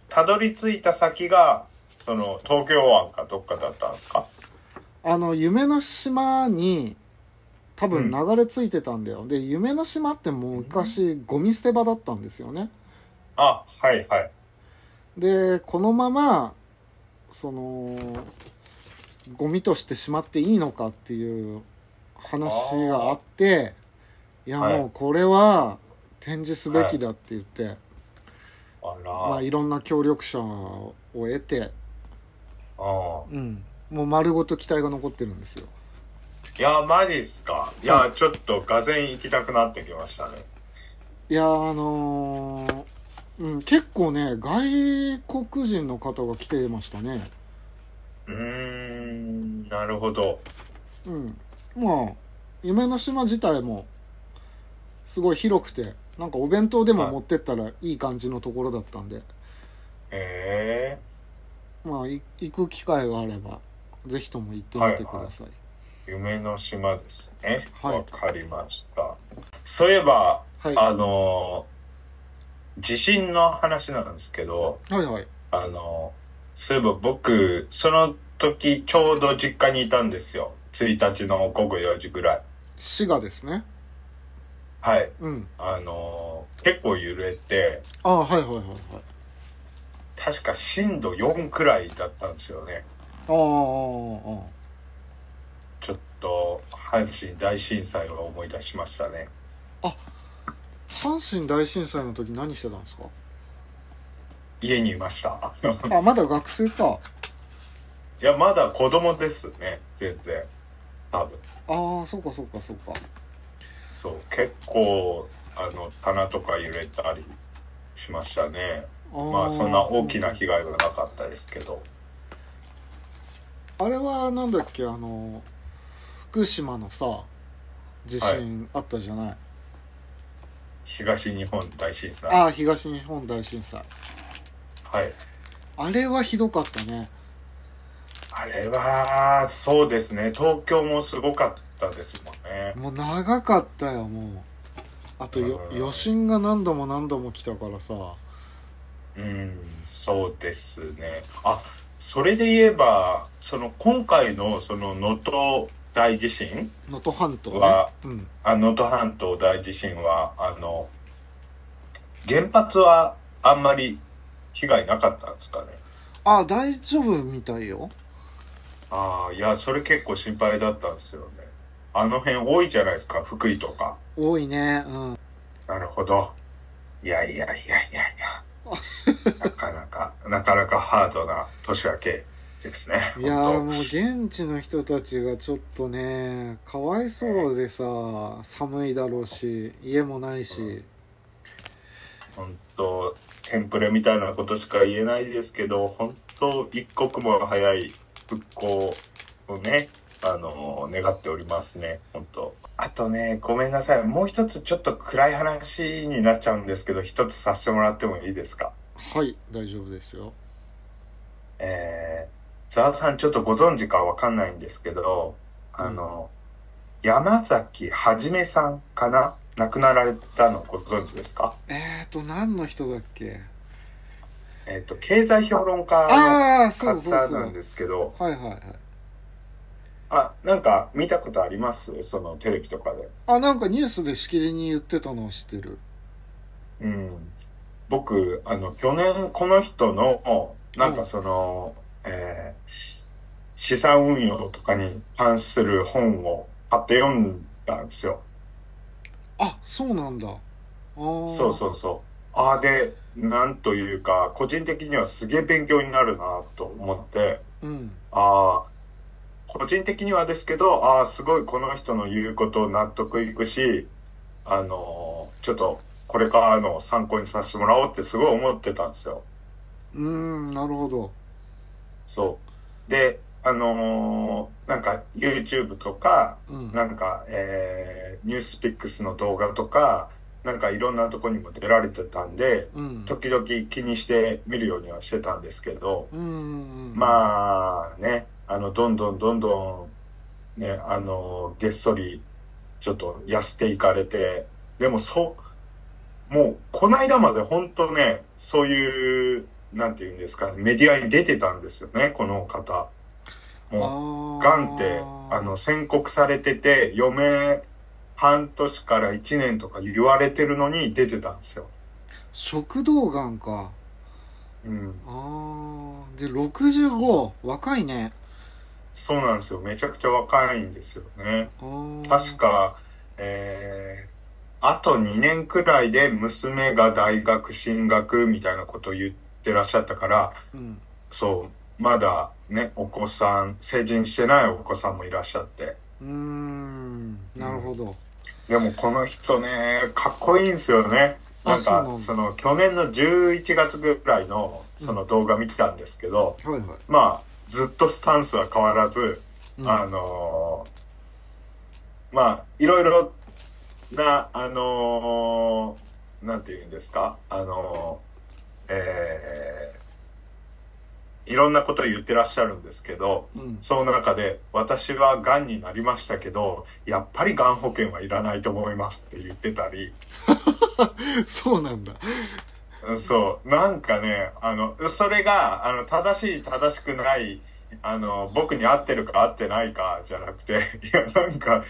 [SPEAKER 2] たどり着いた先がその東京湾かどっかだったんですか
[SPEAKER 1] あの夢の島に多分流れ着いてたんだよ、で夢の島ってもう昔ゴミ捨て場だったんですよね
[SPEAKER 2] あはいはい
[SPEAKER 1] でこのままそのゴミとしてしまっていいのかっていう話があっていや
[SPEAKER 2] はい
[SPEAKER 1] もうこれは展示すべきだって言って、
[SPEAKER 2] あら、
[SPEAKER 1] まあ、いろんな協力者を得て、
[SPEAKER 2] あー
[SPEAKER 1] うん、もう丸ごと機体が残ってるんですよ
[SPEAKER 2] いやマジっすかいや、ちょっとがぜん行きたくなってきましたね
[SPEAKER 1] いやーあのーうん、結構ね外国人の方が来てましたね
[SPEAKER 2] うーんなるほど
[SPEAKER 1] うん、まあ夢の島自体もすごい広くてなんかお弁当でも持ってったらいい感じのところだったんで、
[SPEAKER 2] へえ
[SPEAKER 1] まあい行く機会があればぜひとも行ってみてください。
[SPEAKER 2] 夢の島ですね。
[SPEAKER 1] はい
[SPEAKER 2] わ、かりました。そういえば、
[SPEAKER 1] はい、
[SPEAKER 2] あのー、地震の話なんですけど、
[SPEAKER 1] はい、はい。
[SPEAKER 2] あのー、そういえば僕、その時ちょうど実家にいたんですよ。1日の午後4時ぐらい。
[SPEAKER 1] 滋賀ですね。
[SPEAKER 2] はい。
[SPEAKER 1] うん。
[SPEAKER 2] あのー、結構揺れて、
[SPEAKER 1] ああ、はい、はい、はい、はい。
[SPEAKER 2] 確か震度4くらいだったんですよね。
[SPEAKER 1] ああ、ああ、ああ。
[SPEAKER 2] ちょっと、阪神大震災を思い出しましたね。
[SPEAKER 1] 阪神大震災の時何してたんです <laughs> か
[SPEAKER 2] 家にいました。
[SPEAKER 1] あまだ学生か
[SPEAKER 2] いや、まだ子供ですね。全然。多分。
[SPEAKER 1] ああそうかそうかそうか
[SPEAKER 2] そう。結構、あの、棚とか揺れたりしましたね。
[SPEAKER 1] あー
[SPEAKER 2] まあ、そんな大きな被害はなかったですけど。
[SPEAKER 1] あれはなんだっけあの福島のさ地震あったじゃない、
[SPEAKER 2] 東日本大震災。
[SPEAKER 1] ああ東日本大震災
[SPEAKER 2] はい。
[SPEAKER 1] あれはひどかったね
[SPEAKER 2] あれは、そうですね。東京もすごかったですもんね。
[SPEAKER 1] もう長かったよもうあとよ
[SPEAKER 2] うん
[SPEAKER 1] 余震が何度も何度も来たからさ
[SPEAKER 2] うん、そうですね。あ、それで言えば、その今回のその能登大地震、
[SPEAKER 1] 能登半島
[SPEAKER 2] う
[SPEAKER 1] ね
[SPEAKER 2] わ
[SPEAKER 1] うん
[SPEAKER 2] あ能登半島大地震は、あの、原発はあんまり被害なかったんですかね。
[SPEAKER 1] ああ大丈夫みたいよ
[SPEAKER 2] ああ、いや、それ結構心配だったんですよね。あの辺多いじゃないですか、福井とか。
[SPEAKER 1] 多いねうん
[SPEAKER 2] なるほど。いやいやいやいやいや。 <laughs> なかなか、なかなかハードな年明けですね。
[SPEAKER 1] いやー
[SPEAKER 2] 本
[SPEAKER 1] もう現地の人たちがちょっとねかわいそうでさ寒いだろうし家もないし
[SPEAKER 2] 当本当テンプレみたいなことしか言えないですけど、本当一刻も早い復興をね、あの願っておりますね、本当あとね、ごめんなさい。もう一つちょっと暗い話になっちゃうんですけど、一つさせてもらってもいいですか
[SPEAKER 1] はい大丈夫ですよ
[SPEAKER 2] えー、ざわさんちょっとご存知かわかんないんですけど、あの、山崎はじめさんかな亡くなられたのご存知ですか
[SPEAKER 1] えーと何の人だっけ
[SPEAKER 2] えっ、と、経済評論家
[SPEAKER 1] ああー
[SPEAKER 2] の
[SPEAKER 1] そうそう
[SPEAKER 2] 方
[SPEAKER 1] そう
[SPEAKER 2] な
[SPEAKER 1] は
[SPEAKER 2] ん
[SPEAKER 1] い
[SPEAKER 2] ですけど、
[SPEAKER 1] はいはい
[SPEAKER 2] あ、なんか見たことありますそのテレビとかで。
[SPEAKER 1] あなんかニュースでしきりに言ってたのを知ってる
[SPEAKER 2] うん。僕、あの、去年この人の、なんかその、えー資産運用とかに関する本を買って読んだんですよ。
[SPEAKER 1] あそうなんだああ
[SPEAKER 2] そうそうそう。ああで、なんというか、個人的にはすげえ勉強になるなと思って、
[SPEAKER 1] ううん
[SPEAKER 2] ああ、個人的にはですけど、ああ、すごいこの人の言うことを納得いくし、あのーちょっとこれからの参考にさせてもらおうってすごい思ってたんですよ。
[SPEAKER 1] うーんなるほど
[SPEAKER 2] そう。で、あのーなんか YouTube とか、
[SPEAKER 1] うん
[SPEAKER 2] なんか、えー、ニュースピックスの動画とか、なんかいろんなとこにも出られてたんで、
[SPEAKER 1] うん
[SPEAKER 2] 時々気にして見るようにはしてたんですけど、
[SPEAKER 1] うんうんうん
[SPEAKER 2] まあね、あの、どんどんどんどん、ね、あの、げっそり、ちょっと痩せていかれて、でもそう、もう、この間まで本当ね、そういう、なんていうんですかね、メディアに出てたんですよね、この方。もう、
[SPEAKER 1] あ
[SPEAKER 2] ガンって、あの、宣告されてて、余命半年から1年とか言われてるのに出てたんですよ。
[SPEAKER 1] 食道がんか
[SPEAKER 2] うん。
[SPEAKER 1] あーで65若いね
[SPEAKER 2] そうなんですよ。めちゃくちゃ若いんですよね。
[SPEAKER 1] あー
[SPEAKER 2] 確か、えー、あと2年くらいで娘が大学進学みたいなことを言ってらっしゃったから、
[SPEAKER 1] うん
[SPEAKER 2] そう、まだね、お子さん、成人してないお子さんもいらっしゃって。
[SPEAKER 1] うーんなるほど、
[SPEAKER 2] でもこの人ね、かっこいいんですよね。
[SPEAKER 1] あ
[SPEAKER 2] なん
[SPEAKER 1] そうな
[SPEAKER 2] か
[SPEAKER 1] ん、だ
[SPEAKER 2] その、去年の11月ぐらいの、その動画見てたんですけど、
[SPEAKER 1] はいはい、
[SPEAKER 2] まあ、ずっとスタンスは変わらず、
[SPEAKER 1] うん、
[SPEAKER 2] あのーまあいろいろなあのーなんて言うんですかあのーえいろんなことを言ってらっしゃるんですけど、
[SPEAKER 1] うん
[SPEAKER 2] その中で私はがんになりましたけどやっぱりがん保険はいらないと思いますって言ってたり
[SPEAKER 1] そうなんだ
[SPEAKER 2] そうなんかねあのそれがあの正しい正しくないあの僕に合ってるか合ってないかじゃなくていやなんか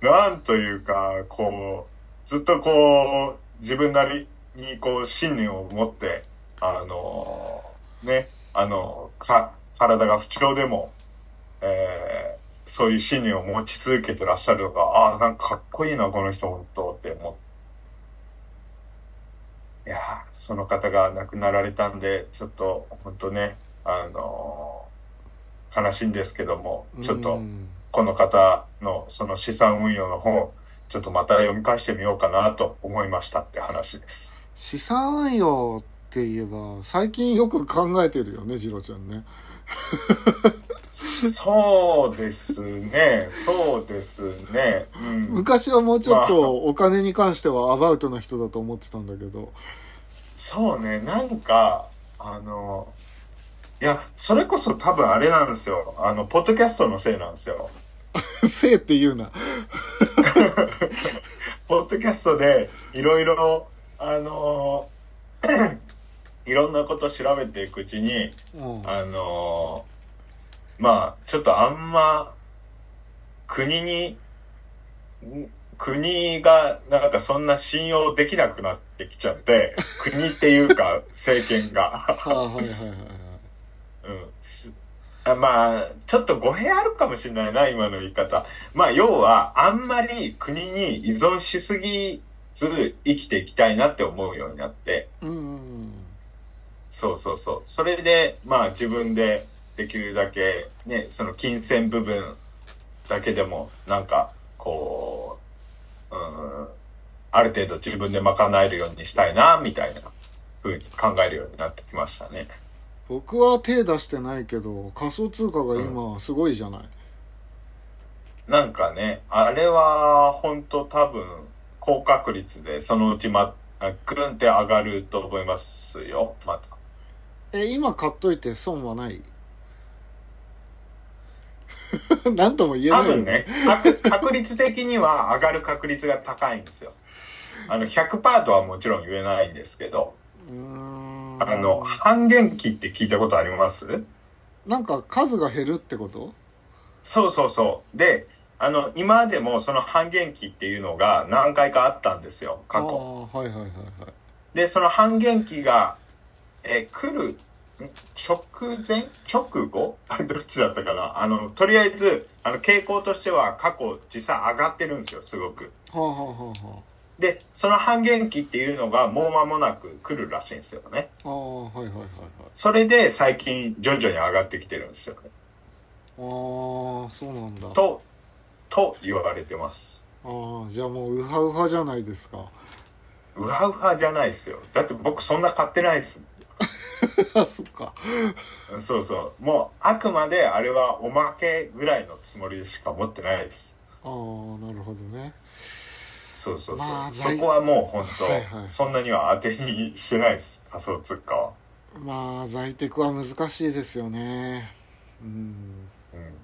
[SPEAKER 2] なんというかこうずっとこう自分なりにこう信念を持ってあのねあのか体が不調でも、えーそういう信念を持ち続けてらっしゃるのがああなんかかっこいいなこの人本当って思って。いやーその方が亡くなられたんでちょっと本当ねあのー悲しいんですけどもちょっ
[SPEAKER 1] う
[SPEAKER 2] と
[SPEAKER 1] ん
[SPEAKER 2] この方のその資産運用の方ちょっとまた読み返してみようかなと思いましたって話です。
[SPEAKER 1] 資産運用って言えば最近よく考えてるよねジロちゃんね
[SPEAKER 2] そうですねそうですね。うん、
[SPEAKER 1] 昔はもうちょっ
[SPEAKER 2] まあ
[SPEAKER 1] とお金に関してはアバウトな人だと思ってたんだけど <laughs>
[SPEAKER 2] そうねなんかあのいやそれこそ多分あれなんですよあのポッドキャストのせいなんですよ。
[SPEAKER 1] せいって言うな
[SPEAKER 2] ポッドキャストでいろいろあの <clears throat> いろんなこと調べていくうちに
[SPEAKER 1] うん
[SPEAKER 2] あのまあちょっとあんま国にん国がなんかそんな信用できなくなってきちゃって <laughs> 国っていうか政権が、 <laughs>
[SPEAKER 1] あはいはいはいはい
[SPEAKER 2] うんあ、まあちょっと語弊あるかもしれないな今の言い方まあ要はあんまり国に依存しすぎず生きていきたいなって思うようになって
[SPEAKER 1] うんうん
[SPEAKER 2] そうそうそう。それで、まあ自分でできるだけ、ね、その金銭部分だけでも、なんか、こう、うん、ある程度自分で賄えるようにしたいな、みたいな風に考えるようになってきましたね。
[SPEAKER 1] 僕は手出してないけど仮想通貨が今すごいじゃない、
[SPEAKER 2] なんかね、あれは本当多分、高確率でそのうちま、ぐるんって上がると思いますよ、また。
[SPEAKER 1] え今買っといて損はない <laughs> なんとも言え
[SPEAKER 2] 多
[SPEAKER 1] ないよ
[SPEAKER 2] 分ね、確確率的には上がる確率が高いんですよ。あの、100%とはもちろん言えないんですけど、
[SPEAKER 1] うーん
[SPEAKER 2] あの、半減期って聞いたことあります
[SPEAKER 1] なんか数が減るってこと
[SPEAKER 2] そうそうそう。で、あの、今までもその半減期っていうのが何回かあったんですよ、過去。
[SPEAKER 1] あーはいはいはいはい
[SPEAKER 2] で、その半減期が、えー来る、ん直前直後あどっちだったかなあの、とりあえず、あの、傾向としては過去実際上がってるんですよ、すごく。
[SPEAKER 1] はあはあはあは
[SPEAKER 2] で、その半減期っていうのがもう間もなく来るらしいんですよね。
[SPEAKER 1] あああはいはいはいはい
[SPEAKER 2] それで最近徐々に上がってきてるんですよね。
[SPEAKER 1] ああそうなんだあ
[SPEAKER 2] と、と言われてます。
[SPEAKER 1] あーじゃあもうウハウハじゃないですか
[SPEAKER 2] うわうわじゃないですよ。だって僕そんな買ってないです。
[SPEAKER 1] あ <laughs> そっか
[SPEAKER 2] そうそう。もうあくまであれはおまけぐらいのつもりでしか持ってないです。
[SPEAKER 1] ああなるほどね
[SPEAKER 2] そうそうそう。
[SPEAKER 1] まあ
[SPEAKER 2] そ
[SPEAKER 1] 在
[SPEAKER 2] こはもう本当、
[SPEAKER 1] はいはい
[SPEAKER 2] そんなには当てにしてないです。仮想通貨は。
[SPEAKER 1] まあ在宅は難しいですよねうん
[SPEAKER 2] うん。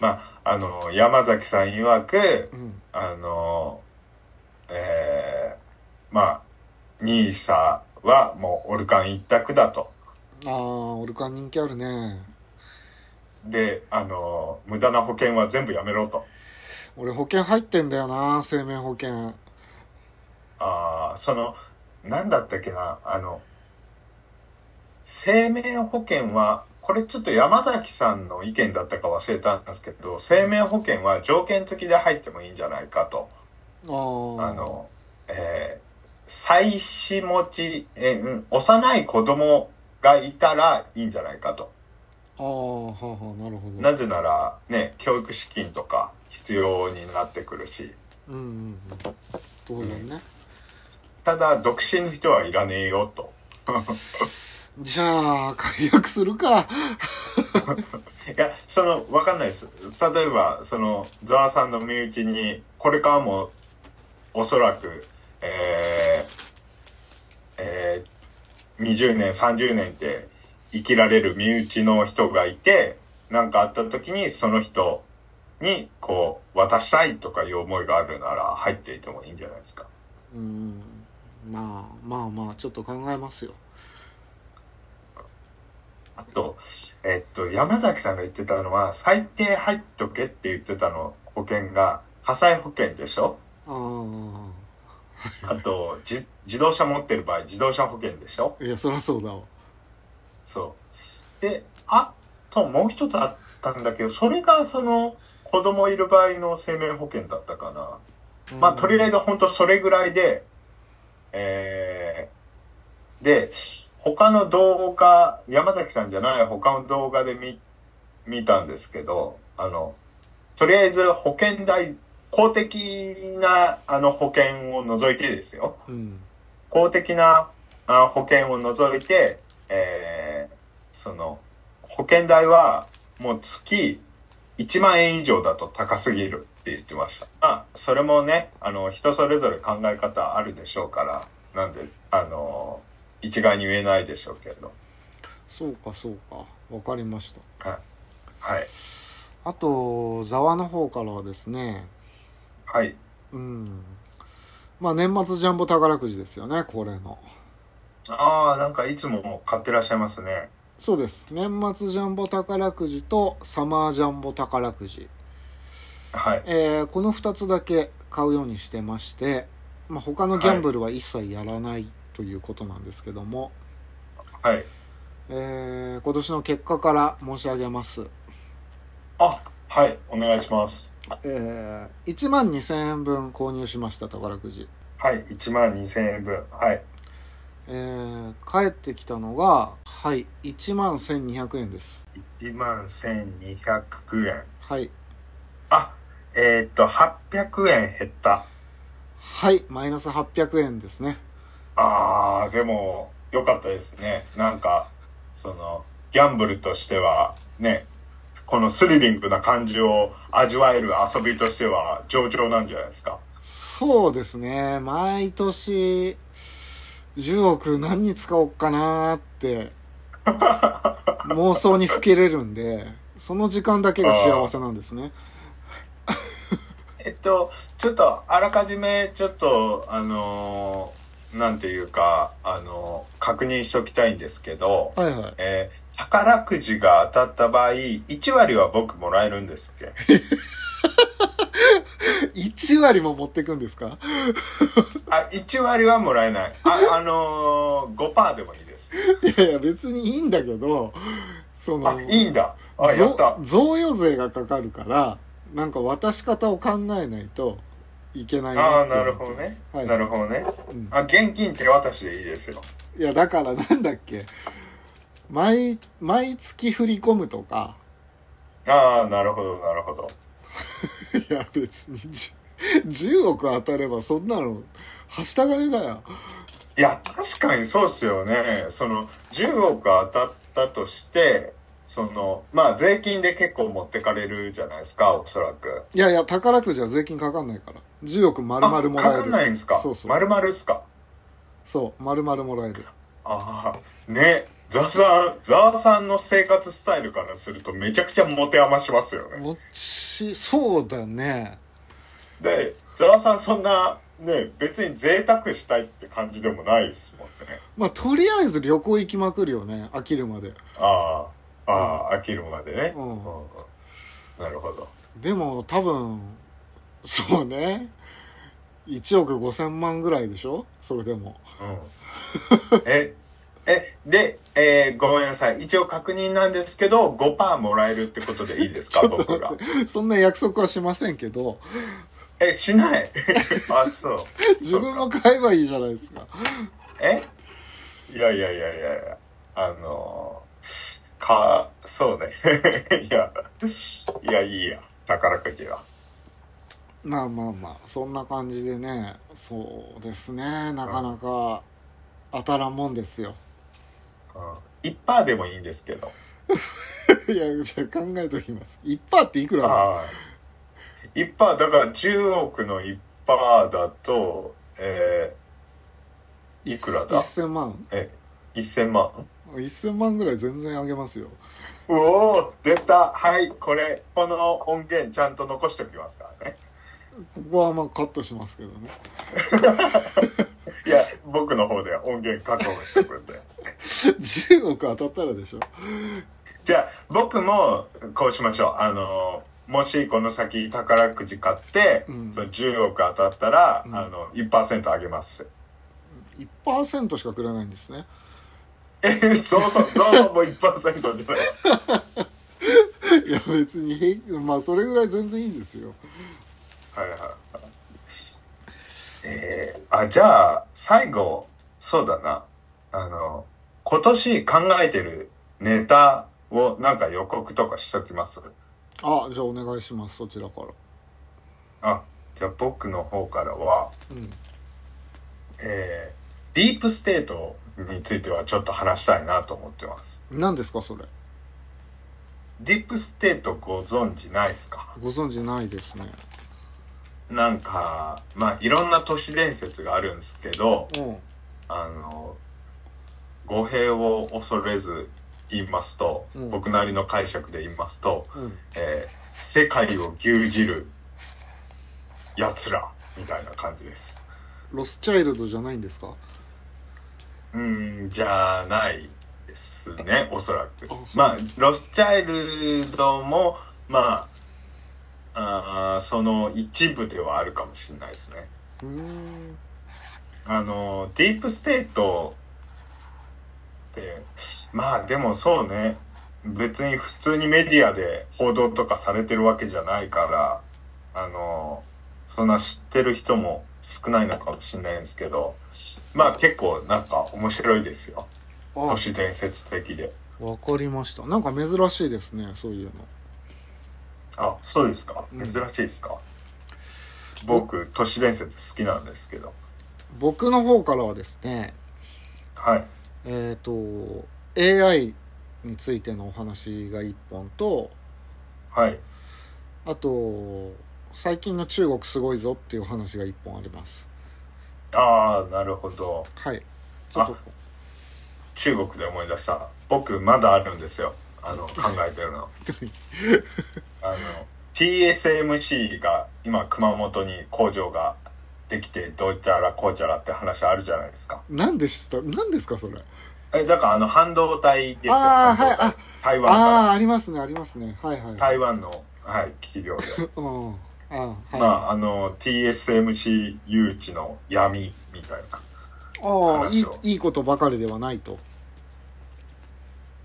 [SPEAKER 2] まあ、あの、山崎さん曰く、
[SPEAKER 1] うん
[SPEAKER 2] あの、えー、まあ、ニーサはもうオルカン一択だと。
[SPEAKER 1] ああオルカン人気あるね
[SPEAKER 2] で、あの、無駄な保険は全部やめろと。
[SPEAKER 1] 俺保険入ってんだよな生命保険
[SPEAKER 2] あーその、なんだったっけな、あの、生命保険は、これちょっと山崎さんの意見だったか忘れたんですけど、生命保険は条件付きで入ってもいいんじゃないかと。
[SPEAKER 1] ああ
[SPEAKER 2] あの、えー、妻子持ち、えーうん、幼い子供がいたらいいんじゃないかと。
[SPEAKER 1] ああはあはあなるほど
[SPEAKER 2] なぜなら、ね、教育資金とか必要になってくるし、
[SPEAKER 1] うんうんうん当然ね、
[SPEAKER 2] ただ、独身の人はいらねえよと。
[SPEAKER 1] じゃあ解約するか
[SPEAKER 2] いや、その、わかんないです。例えば、その、ざわさんの身内に、これからも、おそらく、えー、えー、20年、30年って、生きられる身内の人がいて、なんかあった時にその人にこう渡したいとかいう思いがあるなら入っていてもいいんじゃないですか。
[SPEAKER 1] うんまあまあまあちょっと考えますよ
[SPEAKER 2] あと、えっと、山崎さんが言ってたのは、最低入っとけって言ってたの、保険が、火災保険でしょ
[SPEAKER 1] あ
[SPEAKER 2] あと、じ、自動車持ってる場合、自動車保険でしょ
[SPEAKER 1] あいやそりゃそうだわ
[SPEAKER 2] そう。で、あともう一つあったんだけど、それがその、子供いる場合の生命保険だったかな。まあ、とりあえず本当それぐらいで、えー、で、他の動画、山崎さんじゃない他の動画で見、見たんですけど、あの、とりあえず保険代、公的なあの保険を除いてですよ。
[SPEAKER 1] うん
[SPEAKER 2] 公的なあ保険を除いて、えーその、保険代はもう月1万円以上だと高すぎるって言ってました。まあ、それもね、あの、人それぞれ考え方あるでしょうから、なんで、あの、一概に言えないでしょうけど。
[SPEAKER 1] そうかそうかわかりました
[SPEAKER 2] はい。
[SPEAKER 1] あとざわの方からはですね
[SPEAKER 2] はい。
[SPEAKER 1] うんまあ年末ジャンボ宝くじですよね恒例の
[SPEAKER 2] ああ、なんかいつも買ってらっしゃいますね。
[SPEAKER 1] そうです年末ジャンボ宝くじとサマージャンボ宝くじ
[SPEAKER 2] はい。
[SPEAKER 1] えーこの2つだけ買うようにしてまして、まあ、他のギャンブルは一切やらないということなんですけども、
[SPEAKER 2] はい。
[SPEAKER 1] えー今年の結果から申し上げます、
[SPEAKER 2] あ、はい。お願いします。
[SPEAKER 1] え1万2000円分購入しました宝くじ、
[SPEAKER 2] はい。1万2000円分。はい。
[SPEAKER 1] えー帰ってきたのがはい1万1200円です
[SPEAKER 2] 1万1200円。
[SPEAKER 1] はい
[SPEAKER 2] あ、えーっと、800円減った。
[SPEAKER 1] はいマイナス800円ですね
[SPEAKER 2] あー、でも、良かったですね。なんか、その、ギャンブルとしては、ね、このスリリングな感じを味わえる遊びとしては上々なんじゃないですか。
[SPEAKER 1] そうですね毎年10億何に使おうかなーって妄想にふけれるんでその時間だけが幸せなんですね
[SPEAKER 2] えっと、ちょっと、あらかじめ、ちょっと、あのーなんていうか、あのー確認しておきたいんですけど、
[SPEAKER 1] はいはい
[SPEAKER 2] えー宝くじが当たった場合、1割は僕もらえるんですっけ
[SPEAKER 1] 1割も持ってくんですか <laughs>
[SPEAKER 2] あ、1割はもらえない。あ、あのー、5%でもいいです。
[SPEAKER 1] いやいや別にいいんだけどそ
[SPEAKER 2] あ
[SPEAKER 1] の、
[SPEAKER 2] いいんだ。あ、やっ
[SPEAKER 1] ぞ
[SPEAKER 2] た。
[SPEAKER 1] 贈与税がかかるからなんか渡し方を考えないといけない
[SPEAKER 2] ああ、
[SPEAKER 1] って思
[SPEAKER 2] な
[SPEAKER 1] って
[SPEAKER 2] るほどね。
[SPEAKER 1] はい
[SPEAKER 2] なるほどね。
[SPEAKER 1] うん
[SPEAKER 2] あ、現金手渡しでいいですよ。
[SPEAKER 1] いやだからなんだっけ毎毎月振り込むとか <laughs>
[SPEAKER 2] ああ、なるほど、なるほど。
[SPEAKER 1] いや別に 10, 10億当たればそんなのはした金だよ
[SPEAKER 2] いや、確かにそうっすよね。その、10億当たったとして、その、まあ、税金で結構持ってかれるじゃないですか、おそらく。
[SPEAKER 1] いやいや宝くじは税金かかんないから10億丸々もらえる
[SPEAKER 2] あかかんないんですか
[SPEAKER 1] そうそう、
[SPEAKER 2] 丸々っすか
[SPEAKER 1] そう丸々もらえる
[SPEAKER 2] ああ、ね。ザワさん、ザワさんの生活スタイルからするとめちゃくちゃ持て余しますよね。
[SPEAKER 1] もっちそうだね
[SPEAKER 2] で、ザワさんそんな、ね、別に贅沢したいって感じでもないですもんね。
[SPEAKER 1] まあとりあえず旅行行きまくるよね飽きるまで
[SPEAKER 2] ああ、ああ、飽きるまでね。
[SPEAKER 1] うん
[SPEAKER 2] なるほど。
[SPEAKER 1] でも多分そうね1億5000万ぐらいでしょそれでも
[SPEAKER 2] うん。え、え、で、えーごめんなさい。一応確認なんですけど、5%もらえるってことでいいですか僕が。
[SPEAKER 1] そんな約束はしませんけど
[SPEAKER 2] え、しないあ、そう。
[SPEAKER 1] 自分も買えばいいじゃないですか
[SPEAKER 2] えいやいやいやいやいや、あのーか、そうね。 <laughs> いや、いや、いいや。宝くじは。
[SPEAKER 1] まあまあまあそんな感じでねそうですねなかなか当たらんもんですよ
[SPEAKER 2] うん1%でもいいんですけど。
[SPEAKER 1] いやじゃあ考えときます1%っていくらだ
[SPEAKER 2] はい。1%、だから10億の1%だと、えーいくらだ
[SPEAKER 1] 1000万
[SPEAKER 2] 1000万
[SPEAKER 1] う1000万ぐらい全然あげますよ
[SPEAKER 2] うおー出たはいこれこの音源ちゃんと残しておきますからね
[SPEAKER 1] ここはまあカットしますけどね
[SPEAKER 2] いや僕の方では音源確保してくんで
[SPEAKER 1] 10億当たったらでしょ
[SPEAKER 2] じゃあ僕もこうしましょうあのもしこの先宝くじ買って、
[SPEAKER 1] うん
[SPEAKER 2] その10億当たったら、
[SPEAKER 1] うん
[SPEAKER 2] あの1%あげます
[SPEAKER 1] 1%しかくれないんですね
[SPEAKER 2] えそう
[SPEAKER 1] <laughs>
[SPEAKER 2] そうそうそうもう1%じゃないです
[SPEAKER 1] いや別に平まあそれぐらい全然いいんですよ
[SPEAKER 2] はいはいはいえーあじゃあ最後そうだなあの今年考えてるネタをなんか予告とかしときます
[SPEAKER 1] あじゃあお願いしますそちらから
[SPEAKER 2] あじゃあ僕の方からは
[SPEAKER 1] うん
[SPEAKER 2] えーディープステートについてはちょっと話したいなと思ってます。
[SPEAKER 1] 何ですかそれ
[SPEAKER 2] ディープステートご存知ないですか
[SPEAKER 1] ご存知ないですね
[SPEAKER 2] なんか、まあ、いろんな都市伝説があるんですけど、
[SPEAKER 1] うん
[SPEAKER 2] あの、語弊を恐れず言いますと、
[SPEAKER 1] うん
[SPEAKER 2] 僕なりの解釈で言いますと、
[SPEAKER 1] うん
[SPEAKER 2] えー世界を牛耳る奴らみたいな感じです。
[SPEAKER 1] ロスチャイルドじゃないんですか
[SPEAKER 2] うーん、じゃないですね、おそらく
[SPEAKER 1] そう。
[SPEAKER 2] まあ、ロスチャイルドも、まあ、あーその一部ではあるかもしれないですね。
[SPEAKER 1] うーん
[SPEAKER 2] あの、ディープステートって、まあでもそうね、別に普通にメディアで報道とかされてるわけじゃないから、あの、そんな知ってる人も少ないのかもしれないんですけど、まあ結構なんか面白いですよ。
[SPEAKER 1] あ
[SPEAKER 2] 都
[SPEAKER 1] わ
[SPEAKER 2] 市伝説的で。
[SPEAKER 1] かりましたなんか珍しいですねそういうの
[SPEAKER 2] あ、そうですか。
[SPEAKER 1] うん
[SPEAKER 2] 珍しいですか。僕、都市伝説好きなんですけど。
[SPEAKER 1] 僕の方からはですね
[SPEAKER 2] はい。
[SPEAKER 1] えっ、と AI についてのお話が1本と
[SPEAKER 2] はい。
[SPEAKER 1] あと最近の中国すごいぞっていう話が1本あります
[SPEAKER 2] ああ、なるほど。
[SPEAKER 1] はいちょっと
[SPEAKER 2] 中国で思い出した。僕、まだあるんですよ。あ
[SPEAKER 1] <laughs>
[SPEAKER 2] の、考えてるの。あの、TSMC が今、熊本に工場ができて、どういったらこうちゃらって話あるじゃないですか。
[SPEAKER 1] 何でした何ですかそれ
[SPEAKER 2] え、だからあの、半導体ですよ。
[SPEAKER 1] あー
[SPEAKER 2] 半導体
[SPEAKER 1] はい
[SPEAKER 2] 台湾
[SPEAKER 1] あ
[SPEAKER 2] か
[SPEAKER 1] あありますねありますねはいはい
[SPEAKER 2] ら。台湾の、はい、企業で。
[SPEAKER 1] うんあー
[SPEAKER 2] ま
[SPEAKER 1] は
[SPEAKER 2] あ、あの、TSMC 誘致の闇みたいな。
[SPEAKER 1] い、ああい
[SPEAKER 2] 話を
[SPEAKER 1] いいいことばかりではないと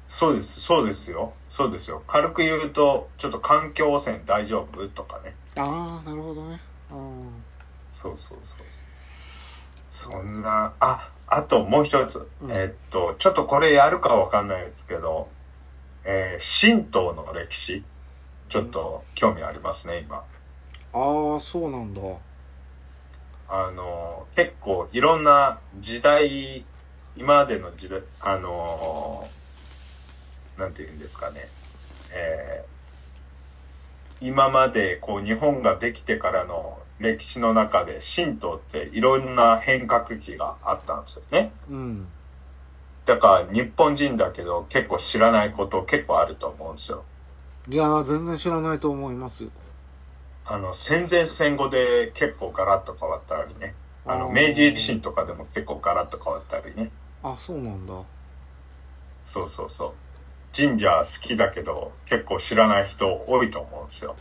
[SPEAKER 2] そうです、そうですよ。そうですよ。軽く言うと、ちょっと環境汚染大丈夫とかね。
[SPEAKER 1] ああなるほどねうん
[SPEAKER 2] そうそうそうそう。そんな、あ、あともう一つ。
[SPEAKER 1] うん
[SPEAKER 2] えっと、ちょっとこれやるかわかんないですけど、えー神道の歴史、ちょっと興味ありますね、今。
[SPEAKER 1] ああそうなんだ
[SPEAKER 2] あの、結構いろんな時代、今までの時代、あの、なんて言うんですかね、えー今までこう日本ができてからの歴史の中で神道っていろんな変革期があったんですよね。
[SPEAKER 1] うん
[SPEAKER 2] だから日本人だけど結構知らないこと結構あると思うんですよ。
[SPEAKER 1] いやー全然知らないと思いますよ
[SPEAKER 2] あの、戦前戦後で結構ガラッと変わったりね。あの、明治維新とかでも結構ガラッと変わったりね。
[SPEAKER 1] あそうなんだ <laughs>
[SPEAKER 2] そうそうそう。神社好きだけど、結構知らない人多いと思うんですよ。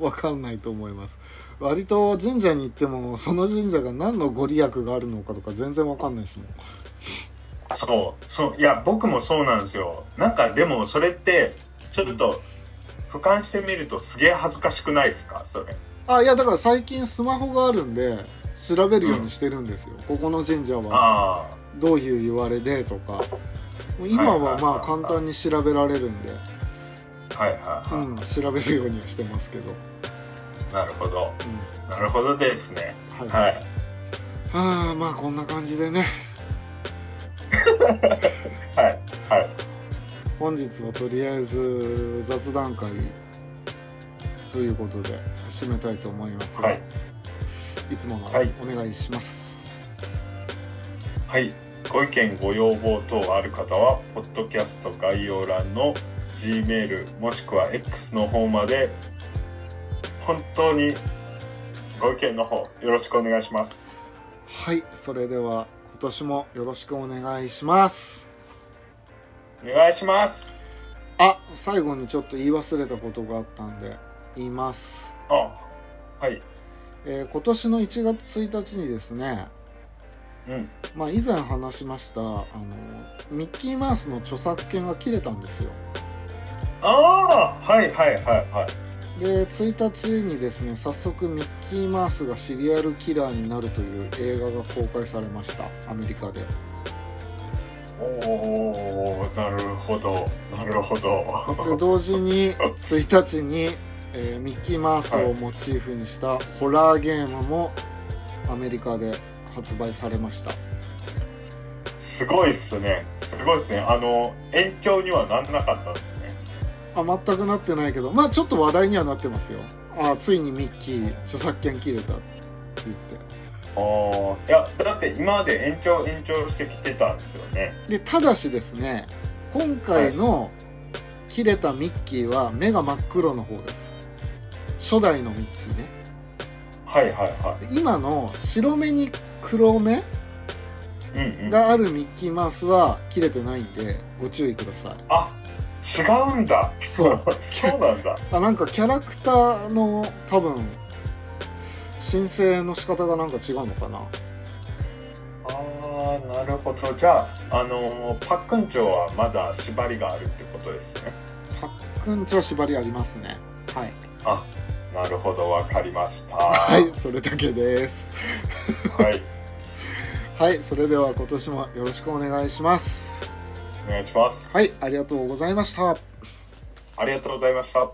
[SPEAKER 1] わかんないと思います割と神社に行ってもその神社が何のご利益があるのかとか全然わかんないですもん
[SPEAKER 2] そう、そう、いや、僕もそうなんですよ。なんかでもそれって、ちょっと、俯瞰してみるとすげえ恥ずかしくないですかそれ。
[SPEAKER 1] あいやだから最近スマホがあるんで調べるようにしてるんですよ、ここの神社は
[SPEAKER 2] あ
[SPEAKER 1] どういう言われでとかもう今
[SPEAKER 2] はいはい
[SPEAKER 1] は
[SPEAKER 2] はい
[SPEAKER 1] まあ簡単に調べられるんで、
[SPEAKER 2] あ、はいはいはい。
[SPEAKER 1] うん、調べるようにはしてますけど、
[SPEAKER 2] なるほど。
[SPEAKER 1] う
[SPEAKER 2] なるほどですね。
[SPEAKER 1] んはい、
[SPEAKER 2] はい。
[SPEAKER 1] あーまあこんな感じでね
[SPEAKER 2] はい。はい。
[SPEAKER 1] 本日はとりあえず雑談会ということで締めたいと思いますが、
[SPEAKER 2] はい。
[SPEAKER 1] いつもの
[SPEAKER 2] はい
[SPEAKER 1] お願いします。
[SPEAKER 2] はい。ご意見ご要望等ある方はポッドキャスト概要欄の G メールもしくは X の方まで本当にご意見の方よろしくお願いします
[SPEAKER 1] はいそれでは今年もよろしくお願いします
[SPEAKER 2] お願いします
[SPEAKER 1] あ最後にちょっと言い忘れたことがあったんで言います、
[SPEAKER 2] あはい
[SPEAKER 1] えー今年の1月1日にですね
[SPEAKER 2] うん
[SPEAKER 1] まあ以前話しましたあのミッキーマウスの著作権が切れたんですよ
[SPEAKER 2] ああーはいはいはいはい
[SPEAKER 1] で1日にですね早速ミッキーマウスがシリアルキラーになるという映画が公開されましたアメリカで
[SPEAKER 2] おおなるほどなるほど <laughs>
[SPEAKER 1] で同時に1日に、えーミッキーマウスをモチーフにしたホラーゲームもアメリカで発売されました
[SPEAKER 2] すごいっすねすごいっすねあの延長にはなんなかったんですね
[SPEAKER 1] あ全くなってないけどまあちょっと話題にはなってますよあついにミッキー著作権切れたって言って
[SPEAKER 2] ああいやだって今まで延長延長してきてたんですよね
[SPEAKER 1] でただしですね今回の切れたミッキーは目が真っ黒の方です初代のミッキーね
[SPEAKER 2] はいはいは
[SPEAKER 1] で今の白目に黒目
[SPEAKER 2] いうんうん
[SPEAKER 1] があるミッキーマウスは切れてないんでご注意ください
[SPEAKER 2] あ違うんだ
[SPEAKER 1] そう
[SPEAKER 2] <laughs> そうなんだ
[SPEAKER 1] あなんかキャラクターの多分申請の仕方がなんか違うのかな
[SPEAKER 2] ああなるほどじゃああのーパックンチョはまだ縛りがあるってことですね
[SPEAKER 1] パックンチは縛りありますねはい
[SPEAKER 2] あなるほどわかり
[SPEAKER 1] <laughs>
[SPEAKER 2] ました
[SPEAKER 1] は
[SPEAKER 2] はい
[SPEAKER 1] それだけです
[SPEAKER 2] はい
[SPEAKER 1] はいそれでは今年もよろしくお願いします
[SPEAKER 2] お願いします、
[SPEAKER 1] はいありがとうございました
[SPEAKER 2] ありがとうございました